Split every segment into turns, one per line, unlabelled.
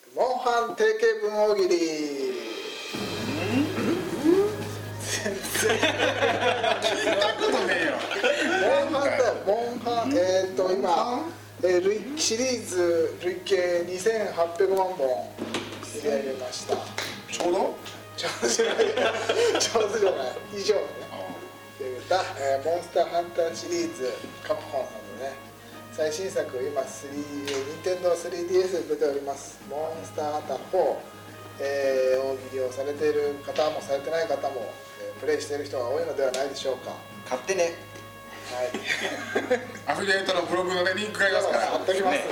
飯定型文大喜利
聞いたことねえよ
モンハンだよモンハンえっ、ー、と今、えー累シリーズ累計2800万本入れ上げました
ちょうど
上手じゃない上手じゃない以上ねという歌、えーモンスターハンター」シリーズカプコンなどね最新作今 3Nintendo3DS で出ております「モンスターハンター4」えー大喜利をされている方もされてない方も、えープレイしている人が多いのではないでしょうかは
買ってね
い
アフィリエイトのブログのねリンクがありますから
貼っときますの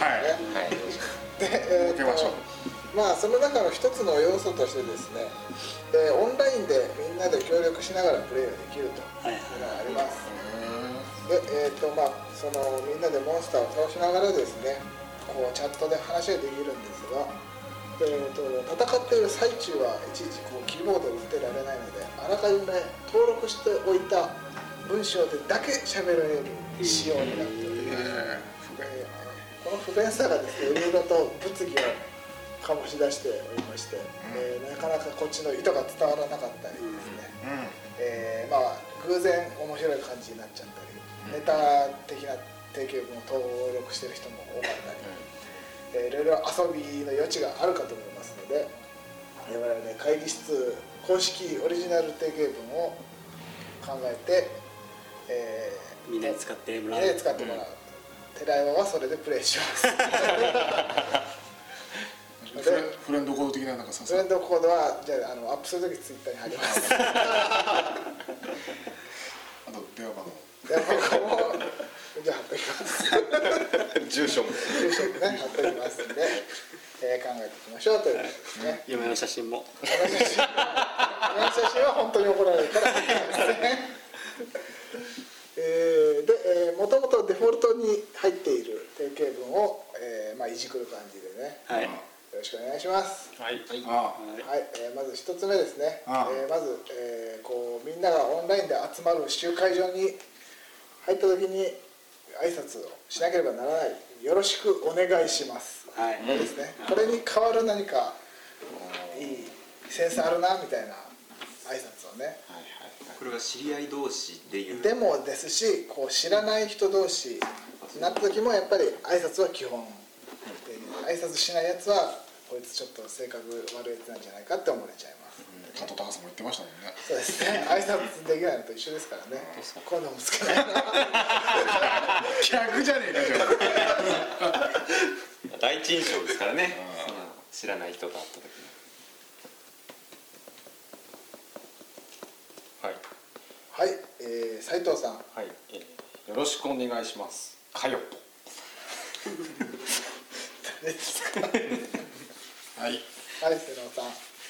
でね、
は
はい
で、えー
い受けましょう
まあその中の一つの要素としてですね、えーオンラインでみんなで協力しながらプレイができるというのがあります、でえっ、とまあそのみんなでモンスターを倒しながらですねこうチャットで話ができるんですが、えー、と戦っている最中はいちいちこうキーボードを打ってられないのであらかじめ登録しておいた文章でだけ喋られる仕様になっております、
え
えーこの不便さがですねいろいろと物議を醸し出しておりまして、えーなかなかこっちの意図が伝わらなかったりですね、
ーうん
えーまあ偶然面白い感じになっちゃったりネタ的な定型文を登録してる人も多かったり、えーいろいろ遊びの余地があるかと思いますので我々ね会議室公式オリジナル定型文を考えて、えー
みんなで使ってもらう
で使ってもらう、寺山はそれでプレイします
フレフレンドコード的ななんかさ
トレンドコードはじゃああのアップするときツイッターに貼ります
あと電話番号
で僕もじゃあ貼っときます
住所も
住所もね貼っときますんで、えー考えていきましょうということです ね
嫁の写真も
この写真は本当に怒られるから貼ってますねえーで、えー、もともとデフォルトに入っている定型文を、えーまあ、いじくる感じでね
はい
よろしくお願いします
はい
あ
はい、えーまず一つ目ですね。
ああ
えーまず、えーこうみんながオンラインで集まる集会場に入った時に挨拶をしなければならない。よろしくお願いします。
はい
ですね。これに代わる何かいいセンスあるなみたいな挨拶をね。
これは知り合い同士でいう
でもですし、こう知らない人同士になった時もやっぱり挨拶は基本。で挨拶しないやつはこいつちょっと性格悪いやつなんじゃないかって思われちゃいます。
あ加藤隆さんも言ってましたもんね
そうです ね。挨拶できないのと一緒ですからね。コンドームつけないな。
逆じゃねえかじゃ
第一印象ですからね知らない人と会った時はい
はい、えー、斉藤さん。
はい、えーよろしくお願いしますかよぽ
あはい
はい、瀬野さん。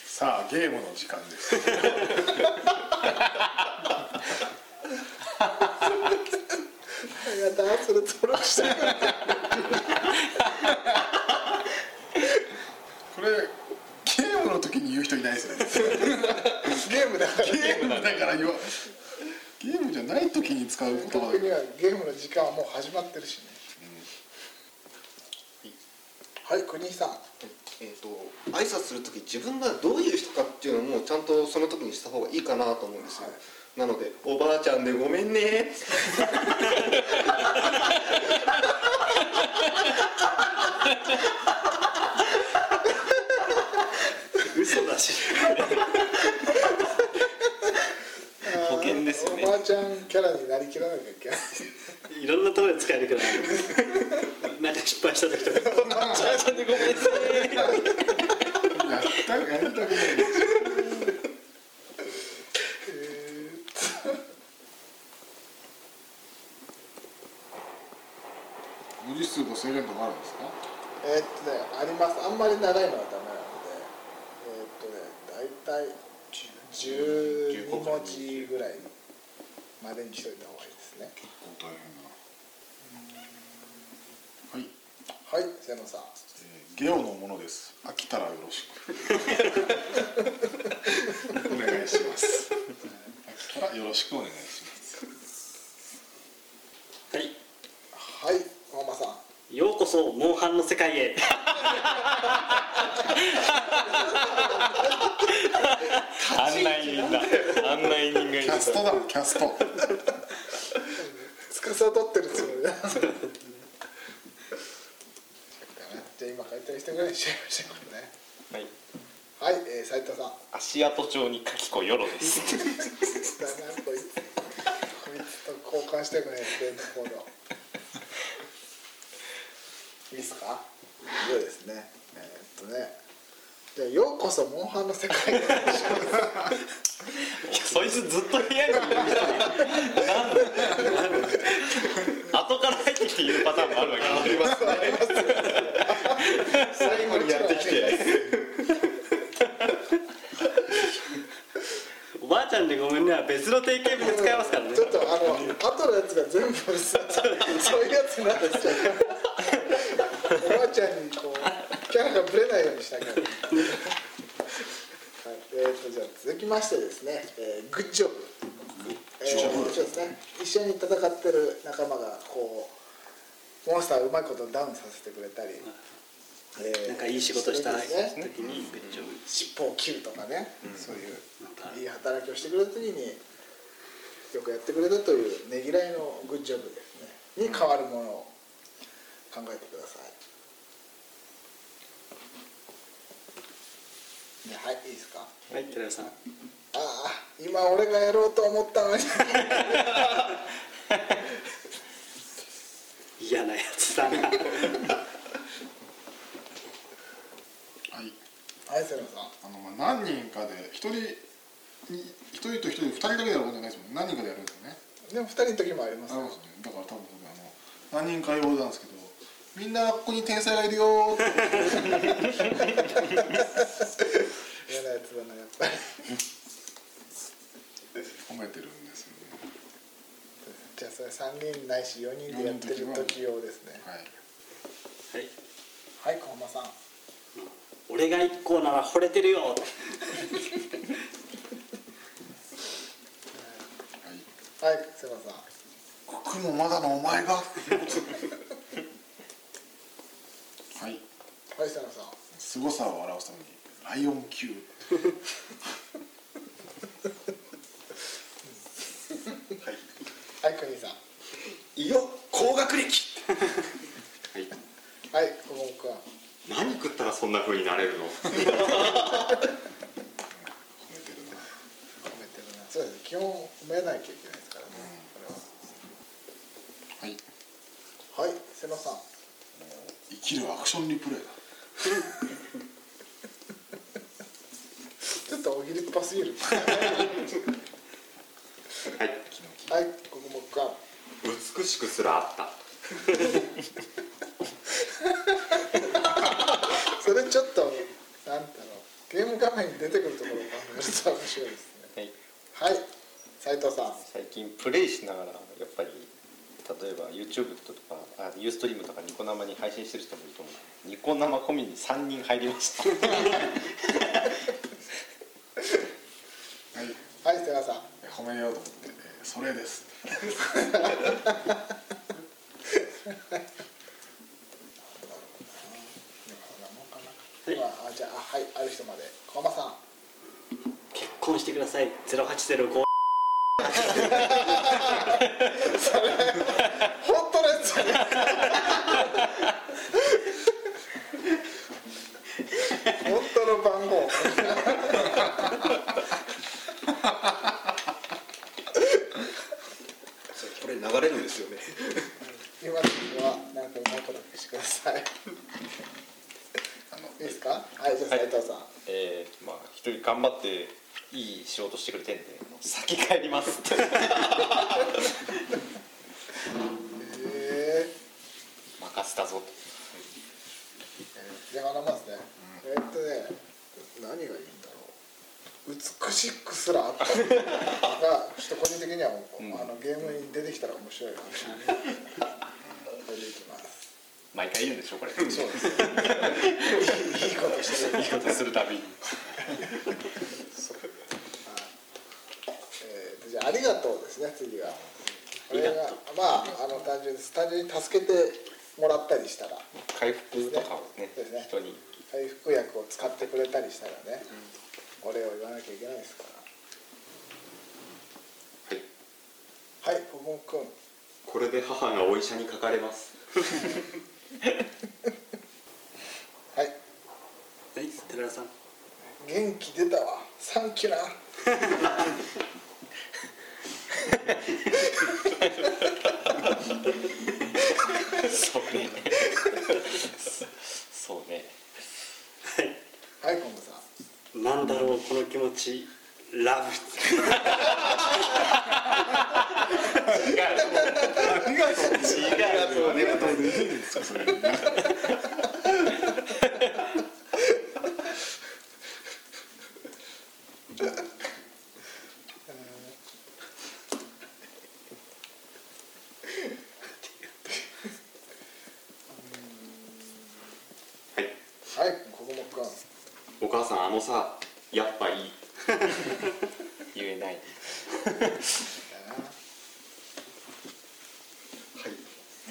さあゲームの時間です
やだ、それ登録したい。
これゲームの時に言う人いないですよね
ゲームだから。
ゲームだから言わゲームじゃない時に使う言葉だ
特
けど
にはゲームの時間はもう始まってるしね。はい、国井さん。
えー、と挨拶する時自分がどういう人かっていうのもちゃんとその時にした方がいいかなと思うんですよ、なので「おばあちゃんでごめんね」
嘘だし保険ですよね
おばあちゃんキャラになりきらなきゃいけない。
いろんなところで使えるからなんか失敗した時とか 「ちゃんちゃんでごめんなさい
やったやりたくない文字数と制限とかあるんですか
えーっとね、あります。あんまり長いのはダメなので。えーっとね、だいたい十二文字ぐらいまでにしといた方がいいですね。
お大変だなはい、
はい、瀬野さん。
えーゲオのものです飽きたらよろし くお願いします飽きたらよろしくお願いします」
はい
はい、ママさん。
ようこそモンハンの世界へ
ャストだキャスト
司とってるつもりだそうだねじゃあ今回転してぐらいにしちゃいましょうね
はい
はい、えー、斉藤さんだ
足跡帳にかきこよろです
なこいつこいつと交換したくない連絡コードいいっすかそうですねえー、っとねじゃあようこそモンハンの世界 へ
いや そいつずっと部屋にいるみたいなんでなんで後から入ってきているパターンもあるわけあります
最後にやってきて
おばあちゃんでごめんねは別の定型文で使えますからね
ちょっとあの後のやつが全部さそういうやつになってきちゃうおばあちゃんにこうキャラがぶれないようにしたいから、はい、えー、とじゃあ続きましてですね、えーグッジョブえーそうですね一緒に戦ってる仲間がこうモンスターをうまいことダウンさせてくれたり、えー
なんかいい仕事した時
してるんですね
にグッジョブ
尻尾を切るとかね、そういう
なんか
いい働きをしてくれた時によくやってくれたというねぎらいのグッジョブですねに変わるものを考えてください、ねはいいいですか
はい寺田さん
ああ今俺がやろうと思ったのに
嫌なやつだな
はい
はいセロさん
あのまあ何人かで一人に一人と一人二人だけでやることじゃないですもんね何人かでやるんですよね
でも2人の時もあります
なる
よ
ほどねだから多分あの何人か用なんですけどみんなここに天才がいるよーって
嫌なやつだなやっぱり
褒めてるんですよね
じゃあそれ3人ないし4人でやってる時用ですね
はい
はい
はい小浜さん
俺が一行なら惚れてるよ
はい
はいセロさん
僕もまだのお前がはい
はいセロさん
凄さを表すためにライオン級
はい、くにさん。
いよ高学歴
はい、
はい、ここくん。
何食ったらそんな風になれるの
褒めてるな
褒めてるな。そうですね。基本褒めないきゃいけないですからね。
はい
これは。はい、瀬野さん。
生きるアクションリプレイだ
ちょっとおぎりっぱすぎる。
はい、
はい、ここもくん。は
美しくすらあった
い、それちょっと、なんだろう。ゲーム画面に出てくるところを考えると面白いですね。
はい
はい、斉藤さん。
最近プレイしながらやっぱり例えば YouTube とかあユーストリームとかニコ生に配信してる人もいると思うニコ生込みに3人入り ました
はい
はい、瀬野さん。
え褒めようと思って、えーそれです
今、あ、じゃあ、はい、ある人まで。小浜さん。
結婚してください0805
本当のやつじゃない。本当の番号。
これ流れるんですよね
今のはなんかうまいことしてください。いいですか？はい、じゃあ斉藤さん。
えー、まあ一人頑張っていい仕事してくれてんでもう先帰りますって
え
任せたぞ
えー、邪魔なもんですね。えーっとね、何がいいんだろう。美しくすらあったのが、ちょっと個人的にはもう、あのゲームに出てきたら面白いかもしれない。これでいきます。
毎回言うんでしょこれい
そうです。いいことしてる。
いことするたびに
えーと、じゃあありがとうですね次はこれが
ありがと
まああの単純です単純に助けてもらったりしたら
回復とかをね
そうですね
人に
回復薬を使ってくれたりしたらね、お礼を言わなきゃいけないですからはいポポン君
これで母がお医者にかかれます
はい
はい寺田さん
元気出たわサンキュラ
そうねそうね
はい近藤さん
なんだろうこの気持ちラブ
はい
はい子供くん
お母さんあのさやっぱいい
言えない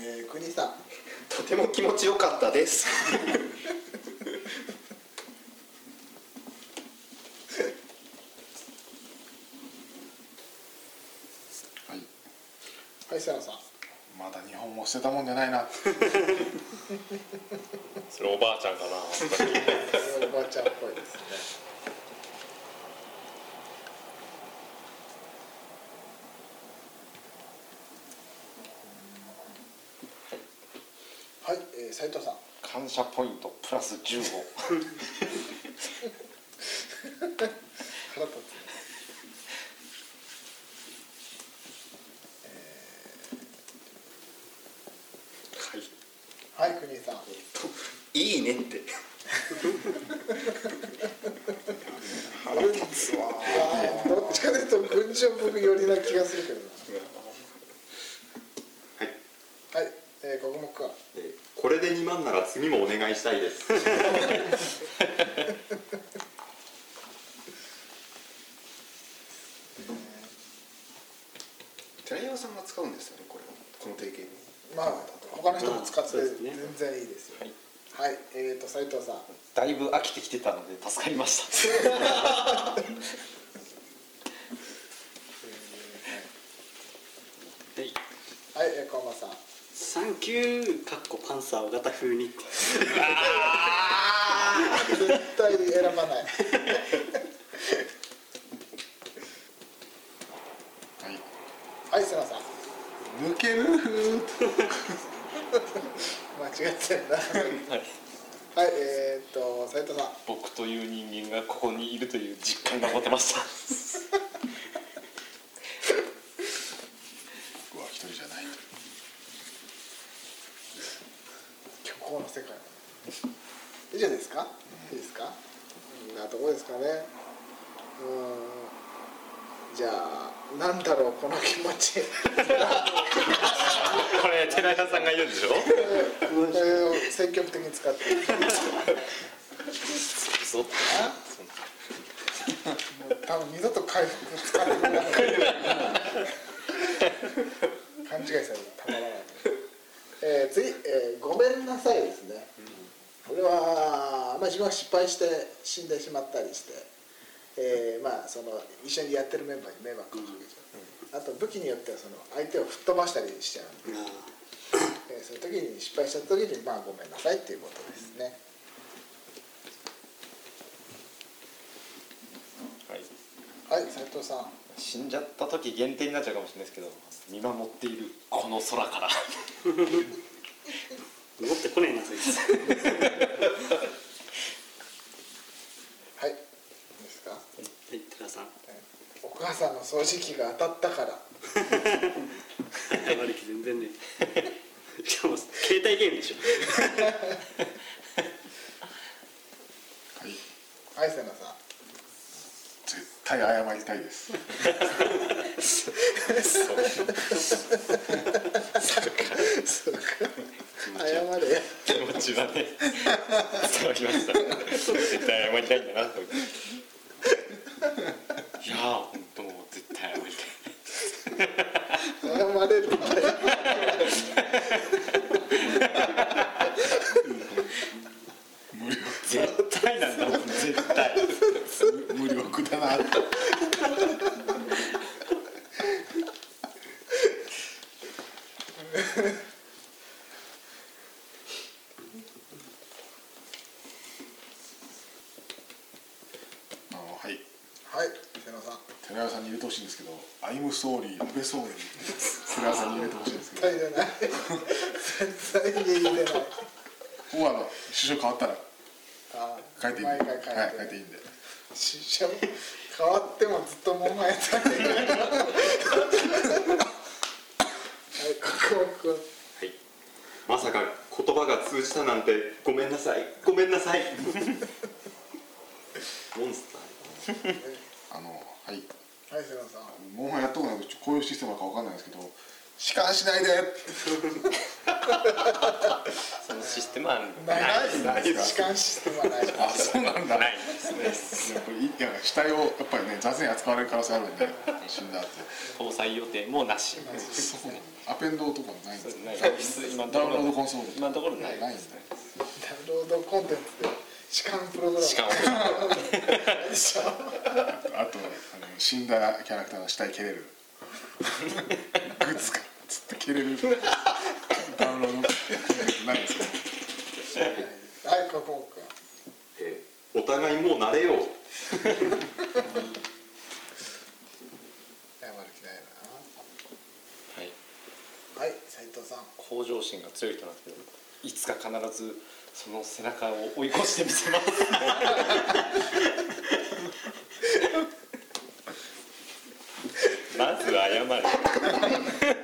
えー、国さん
とても気持ちよかったです
はい
はい瀬野さん
まだ日本も捨てたもんじゃないな
それおばあちゃんかな
これはおばあちゃんっぽいですねはい、えー、斉藤さん
感謝ポイントプラス15
腹立つ
はい
はい国さんはい
いいねって
どっちかというと軍事は僕寄りな気がするけど
はい、
なはい、えー、国木くんは
えーこれで2万なら次もお願いしたいです
寺山さんが使うんですよねこれをこの定型文
まあ他の人も使って
まあそうです
全
ね
然いいですよ、はい、えー、と斉藤さん
だいぶ飽きてきてたので助かりました
はい
はい、えー、河間さん
サンキューかっこパンサー尾形風にって
絶対に選ばない
はい
はい瀬野さん
抜けるふーって
間違ってんな はいえー、と斉藤さん
僕という人間がここにいるという実感が持てました
僕は一人じゃない
虚構の世界以上ですかいいですかうんなとこですかねうーんじゃあなんだろうこの気持ち
これ寺田さんが言うんでしょ
これ を積極的に使って
そう
もう多分二度と回復使ってくれない勘違いされたらたまらない、えー、次、えーごめんなさい」ですね、これは、まあ、自分は失敗して死んでしまったりして、えーまあ、その一緒にやってるメンバーに迷惑をかけちゃう、あと武器によってはその相手を吹っ飛ばしたりしちゃうんでえーそういう時に失敗した時にまあごめんなさいっていうことですね、はい斉藤さん
死んじゃった時限定になっちゃうかもしれないですけど見守っているこの空から
持ってこねえなそい
は
つ
いいいですか
はい寺田さん
お母さんの掃除機が当たったから
悪気全然ねえしかも携帯ゲームでしょ
はい
はい瀬名さん
絶対謝りたいです
謝れ
気持ちは ね伝わりました絶対謝りたいんだなと思って いやー本当もう絶対謝り
謝れる
たい絶対なんだもん絶対
無力だなって
はい瀬野さん
寺山さんに入れてほしいんですけど「アイムソーリー安倍総理」寺山さんに入れてほしいんですけど
絶対入れない絶対に入れない
ここはあの首相変わったら
あ
変えていいんで、
毎回
はい、変え
変え
て
て
いいんで
師匠変わってもずっと桃やったねはい国宝君
はいまさか言葉が通じたなんてごめんなさいごめんなさい モンスター
あのはい
はい瀬野さん
もうやっとかないとこういうシステムかわかんないですけど「弛緩しないで」
そのシステムはあるのか
ない
ないです
時間システムはない
あそうなんだ
ない
いやこれいや死体をやっぱりね雑に扱われる可能性あるんで死んだって
搭載予定もなし
そうアペンドとかもないんです
ない今のと
ダウ
こ
ンロード
ろ
コンソール
今のところない
ないんだ
ダウンロードコンテンツで時間プログラム
しかも
でしょ
あとあの死んだキャラクターの死体蹴れるグッズかつって蹴れるダウンロードないですか
はい国宝君
えーお互いもう慣れよう
謝る気ないな
はい
はい斉藤さん
向上心が強い人なんですけどいつか必ずその背中を追い越してみせます
まずは謝る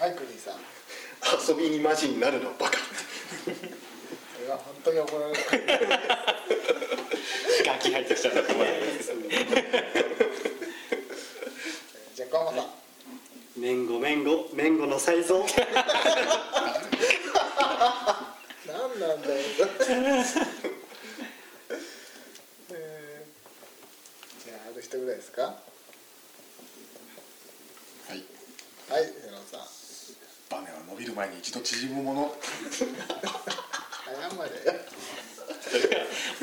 はい国井さんこ
遊びにマジになるのバカ
れは本当に怒られる
ガキ入ってきちゃったと思う
じゃあ河本さん
めんごめんごめんごの才蔵
何なんだよえーじゃあある人ぐらいですかは
はい
い瀬野さん
バネは伸びる前に一度縮むもの
謝れよ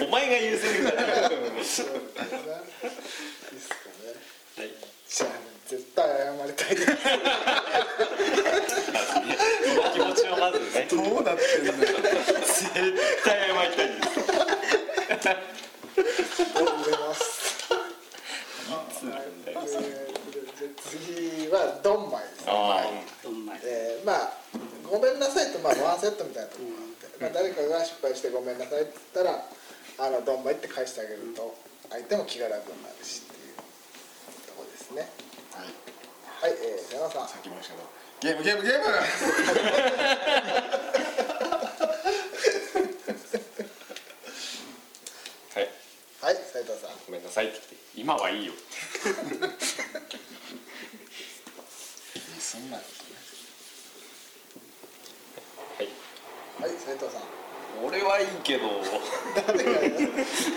お前が優先だから
いいっすかね。じゃあ絶対謝りたいです。
気持ちをまずね
どうなってるんだよ
絶対謝りたいんです
ありがとうござい ます。
なんだ
え
よ
ーじゃあ次はドンマイです。
あ
どんまい
えーまあごめんなさいとまあワンセットみたいなところがあって、まあ誰かが失敗してごめんなさいって言ったらあのドンマイって返してあげると相手も気が楽になるしっていうところですね。
はい
はい、えー、瀬野さん。
さっきも言いましたけどゲームゲームゲーム
はい
はい、斉藤さん。
ごめんなさいって言って今はいいよ
そんなことね
はい
はい、斉藤さん。
俺はいいけど
誰がやる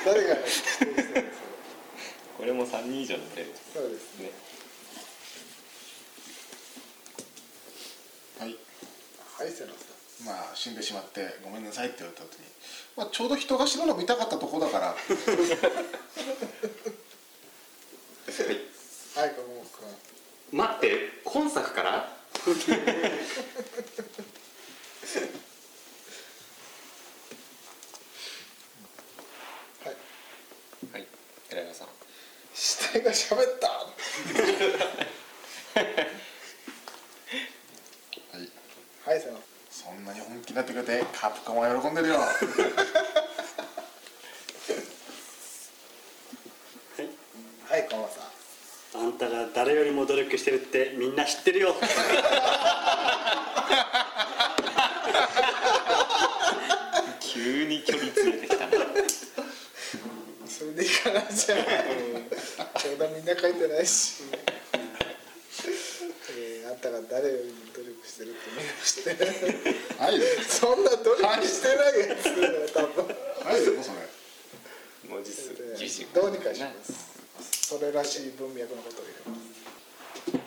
誰がやる
これも3人以上のプレーで
そうです
すね
はい
はい、瀬野さん。
まあ死んでしまってごめんなさいって言われた時に、まあ、ちょうど人が死ぬの見たかったとこだから
はい、こもくん。
待って今作から
はい。
はい寺山さん
死体が喋った。
はい
はい、瀬野。
そんなに本気になってくれてカプコンは喜んでるよ
はい、こもさん。
あんたが誰よりも努力してるってみんな知ってるよ
急に距離詰めてきたな
それでいいかな、じゃあ。ちょうどみんな書いてないし。えー、あんたが誰よりも努力してるってみんな知ってる
はいはい
そんな努力してないやつだよ多分
もうそれ
文字数厳しい
どうにかしますそれらしい文脈のことを言いま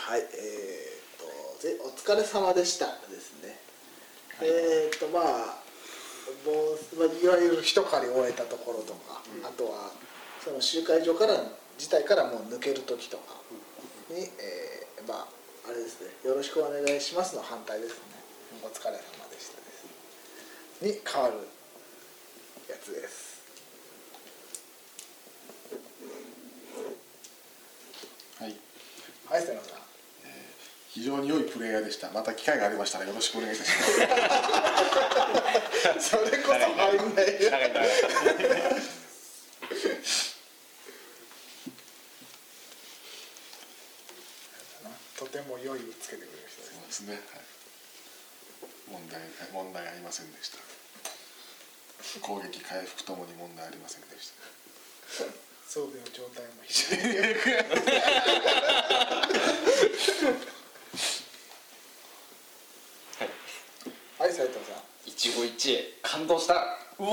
すはいえー、っとぜ「お疲れ様でした」ですね、えー、っとまあもうまあいわゆる一狩り終えたところとか、あとはその集会所から自体からもう抜ける時とかに、えーまああれですね「よろしくお願いします」の反対ですね「お疲れ様でした」ですに変わるやつです
はい
はい瀬野さん
非常に良いプレイヤーでしたまた機会がありましたらよろしくお願いいたします
それこそ入んないよ
長い長い
とても良いをつけてくれる人です
そうですね、はい、問題問題ありませんでした攻撃回復ともに問題ありませんでした
装備の状態も非常にはい斉藤さん
一期一会感動した
うおお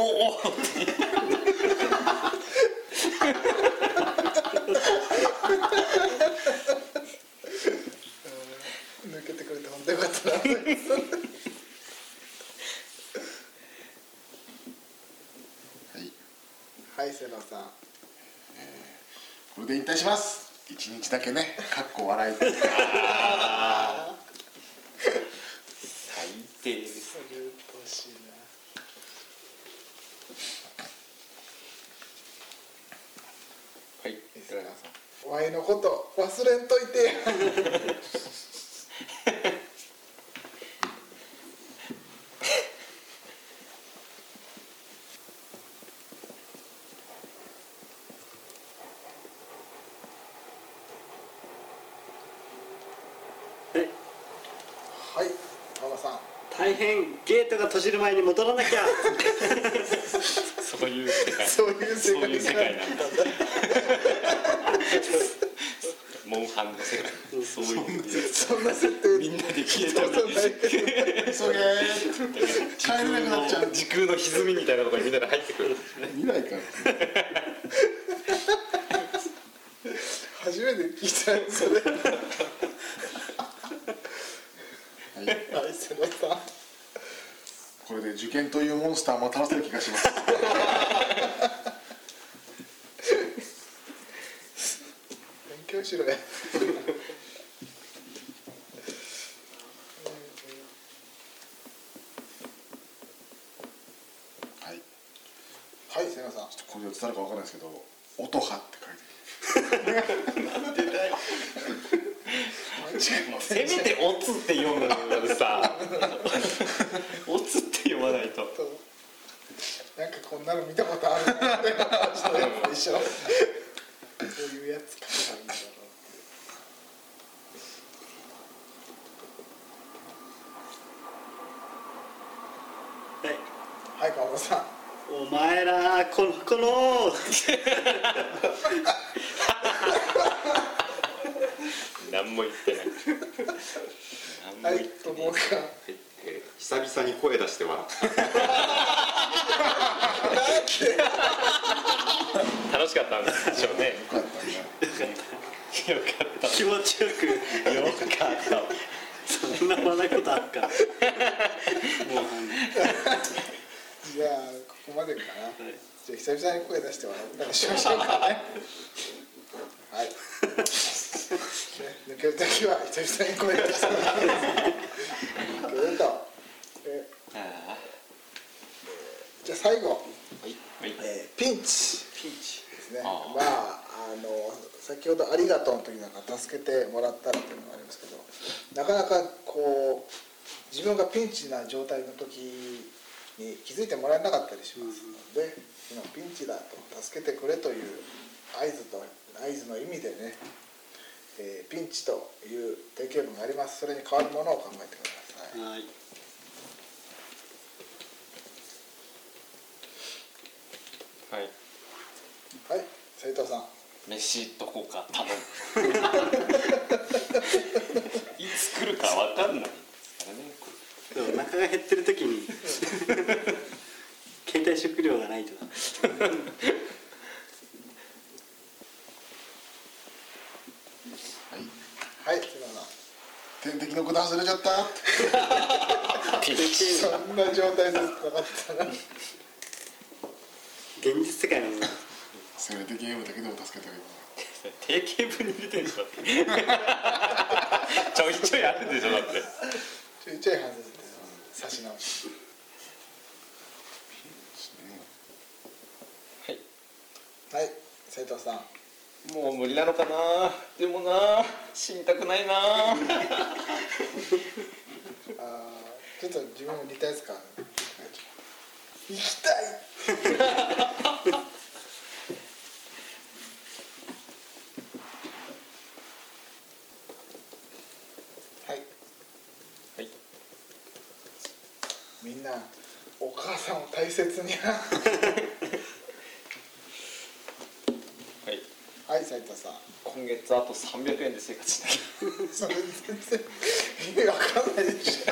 抜けてくれて本当よか ったな
はい
はい瀬野さん
これで引退します一日だけねかっこ笑いはい
最低です
それうっとうしいな
はい寺山
お前のこと忘れんといて
はい
はい馬場さん
大変ゲートが閉じる前に戻らなきゃ
そういう世界
そういう世
そういう世界なんだモンハンの世界そういう
そんな設定
みんなで消えた
そうそうない
急げー帰れなくなっちゃう
時空の歪みみたいなところにみんなで入ってくる
未来から
初めて聞いたそれはい瀬野さん
これで受験というモンスターも倒せる気がします
勉強しろや
はい
はい瀬野さん
ちょっとこれで伝わるかわからないですけど「音羽」って書いてある
せめて「オツ」って読むのに さ「オツ」って読まないと
なんかこんなの見たことあ るなって話のやつでしょこういうやつかなんだろ
はいう
はい川本さん
お前らこの子の
何も言ってない何も
は
言
い
って
ともうか
えー久々に声出して笑った
楽しかったんでしょうね
よかっ
よかっ
たね
た
気持ちよくよかったそんなまないことあるかもう
じゃあここまでかな、じゃあ久々に声出して笑ったりしましょうかねはいね抜けるときは久々に声出してもらって抜けるとえじゃあ最後、
はい
えーピンチですねまああの先ほど「ありがとう」の時なんか「助けてもらったら」というのがありますけどなかなかこう自分がピンチな状態の時に気づいてもらえなかったりしますので今ピンチだと助けてくれという合図と合図の意味でね、えーピンチという定型文がありますそれに変わるものを考えてください
はい
はい
はい斉藤さん
飯どこか頼む いつ来るかわかんないですからね
でもお腹が減ってる時に携帯食料がないと
はい瀬野さん
天敵のこと外れちゃった
できる
そんな状態ですなかったな
現実世界の
せめてゲームだけでも助けてあげる
定型文に出てるんでしょちょいちょいあるでしょだって
ちょいちょい外れて差し直し
はい
はい斉藤さん
もう無理なのかなでもな死にたくないな
あーちょっと自分もリタイアス感行きたいはい
はい
みんなお母さんを大切に
はい
はい斉藤さん
今月あと300円で生活しなきゃ
それ全然意味わかんないでしょ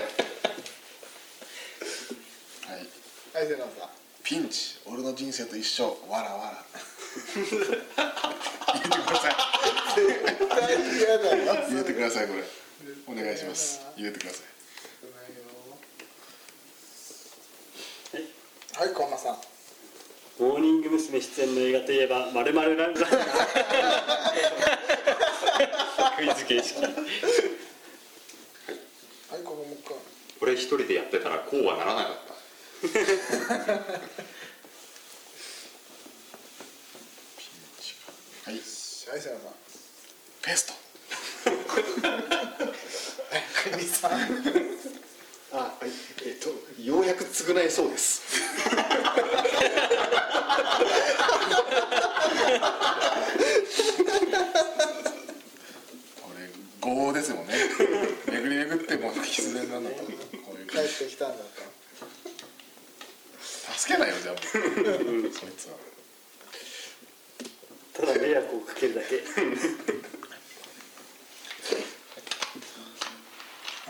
はい
はい瀬野さん
ピンチ俺の人生と一緒わらわら言ってください
大嫌だよ
言ってくださいこれお願いします言ってください
はい、こんなさん。
モーニング娘。出演の映画といえば「まるまるランラン」
クイズ形式
はい、こもくん。
俺一人でやってたらこうはならなかった
はい
はい、せなさん。
ペ スト
国さん。
あはいえっ、とようやく償えそうです
これ合ですもんねめぐりめぐってもう必然なんだとこういう
帰ってきたんだと。
助けないよじゃあもうそいつは
ただ迷惑をかけるだけ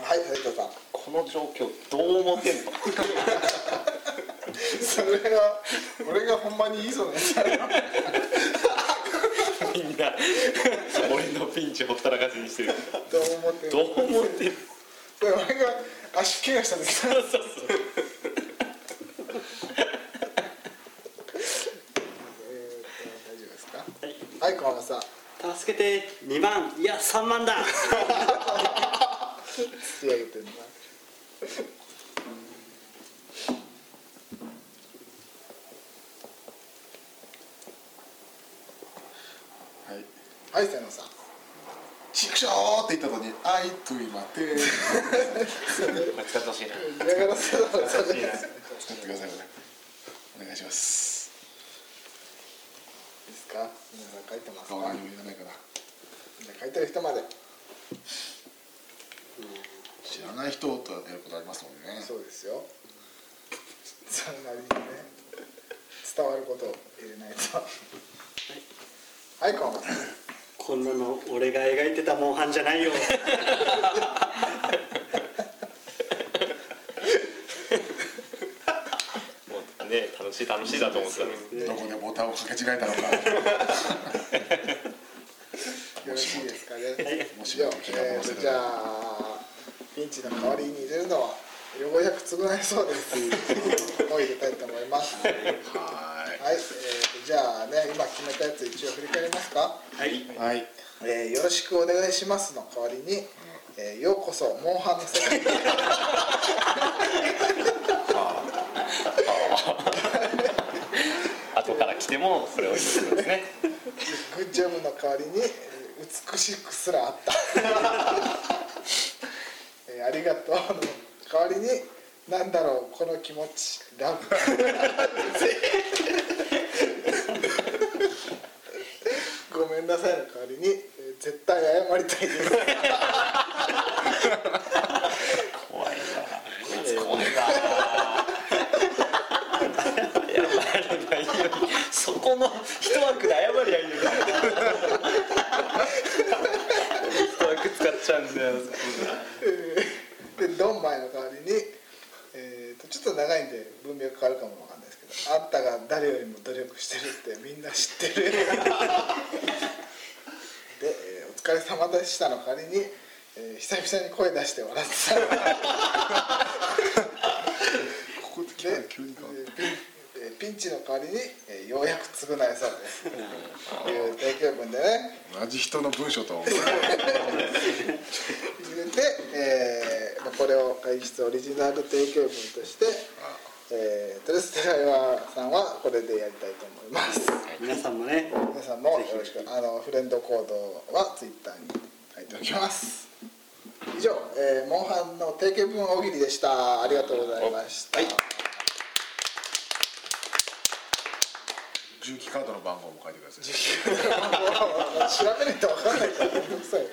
はい、斉藤さん。
この状況どう思ってんの
それが、俺がほんまにいいぞね。
みんな俺のピンチほったらかしにしてる
どう思ってる。
どう思ってる
それ俺が足怪我したんです
そうそうそう
えーと、大丈夫ですか。はい、こんなさん。
助けて2万いや3万だ
突き上げてるな。
はい
はい、せなさん。
チクショーって言った後に「あいといまて」
使ってほしいな
だから、そうだそうだ。
使ってくださいこれお願いします
ですか。皆さん書いてますか。
顔何もいらないかな
じゃあ書いてる人まで。
知らない人とやることありますもんね
そうですよ。そんなにね。伝わることを入れないと。はい、こんばんは。
こんなの俺が描いてたモンハンじゃないよ
もうね楽しい楽しいだと思ってたのに
どこでボタンをかけ違えたのか
よろしいですかね。
もし
じゃあ
も、時が
え
戻せ
ー、
た
じゃ
ら
あピンチの代わりに入れるのはようやく償えそうです。もう入れたいと思います。はい、え
は
ー、じゃあね、今決めたやつ一応振り返りますか。
はい
ーいはい
えー、よろしくお願いしますの代わりに、えー、ようこそモンハンの世界へ。
後から来てもそれを言ってくるんです ね
グッジョブの代わりにえー美しくすらあった、 えーありがとうの代わりになんだろうこの気持ちラブ ごめんなさいの代わりに、えー絶対謝りたいです
そこの一枠で謝りゃいいのに一枠使っちゃうんだよ
でドンマイの代わりに、えーとちょっと長いんで文脈変わるかもわかんないですけどあんたが誰よりも努力してるってみんな知ってる で、えーお疲れ様でしたの代わりに、えー久々に声出して笑ってた
ここって急に急に変わる
えーピンえーピンチの代わりに、えーようやく償えそうですという提供文でね
同じ人の文章とは思う
入入れて、えーまあ、これを会議室オリジナル提供文として、えー、トレステライワーさんはこれでやりたいと思います
皆さんもね
皆さんもよろしくあのフレンドコードはツイッターに書いておきます以上、えー、モンハンの定型文大喜利でしたありがとうございました、
重機カードの番号も書いてください
調べないと分かんないからめんどくさい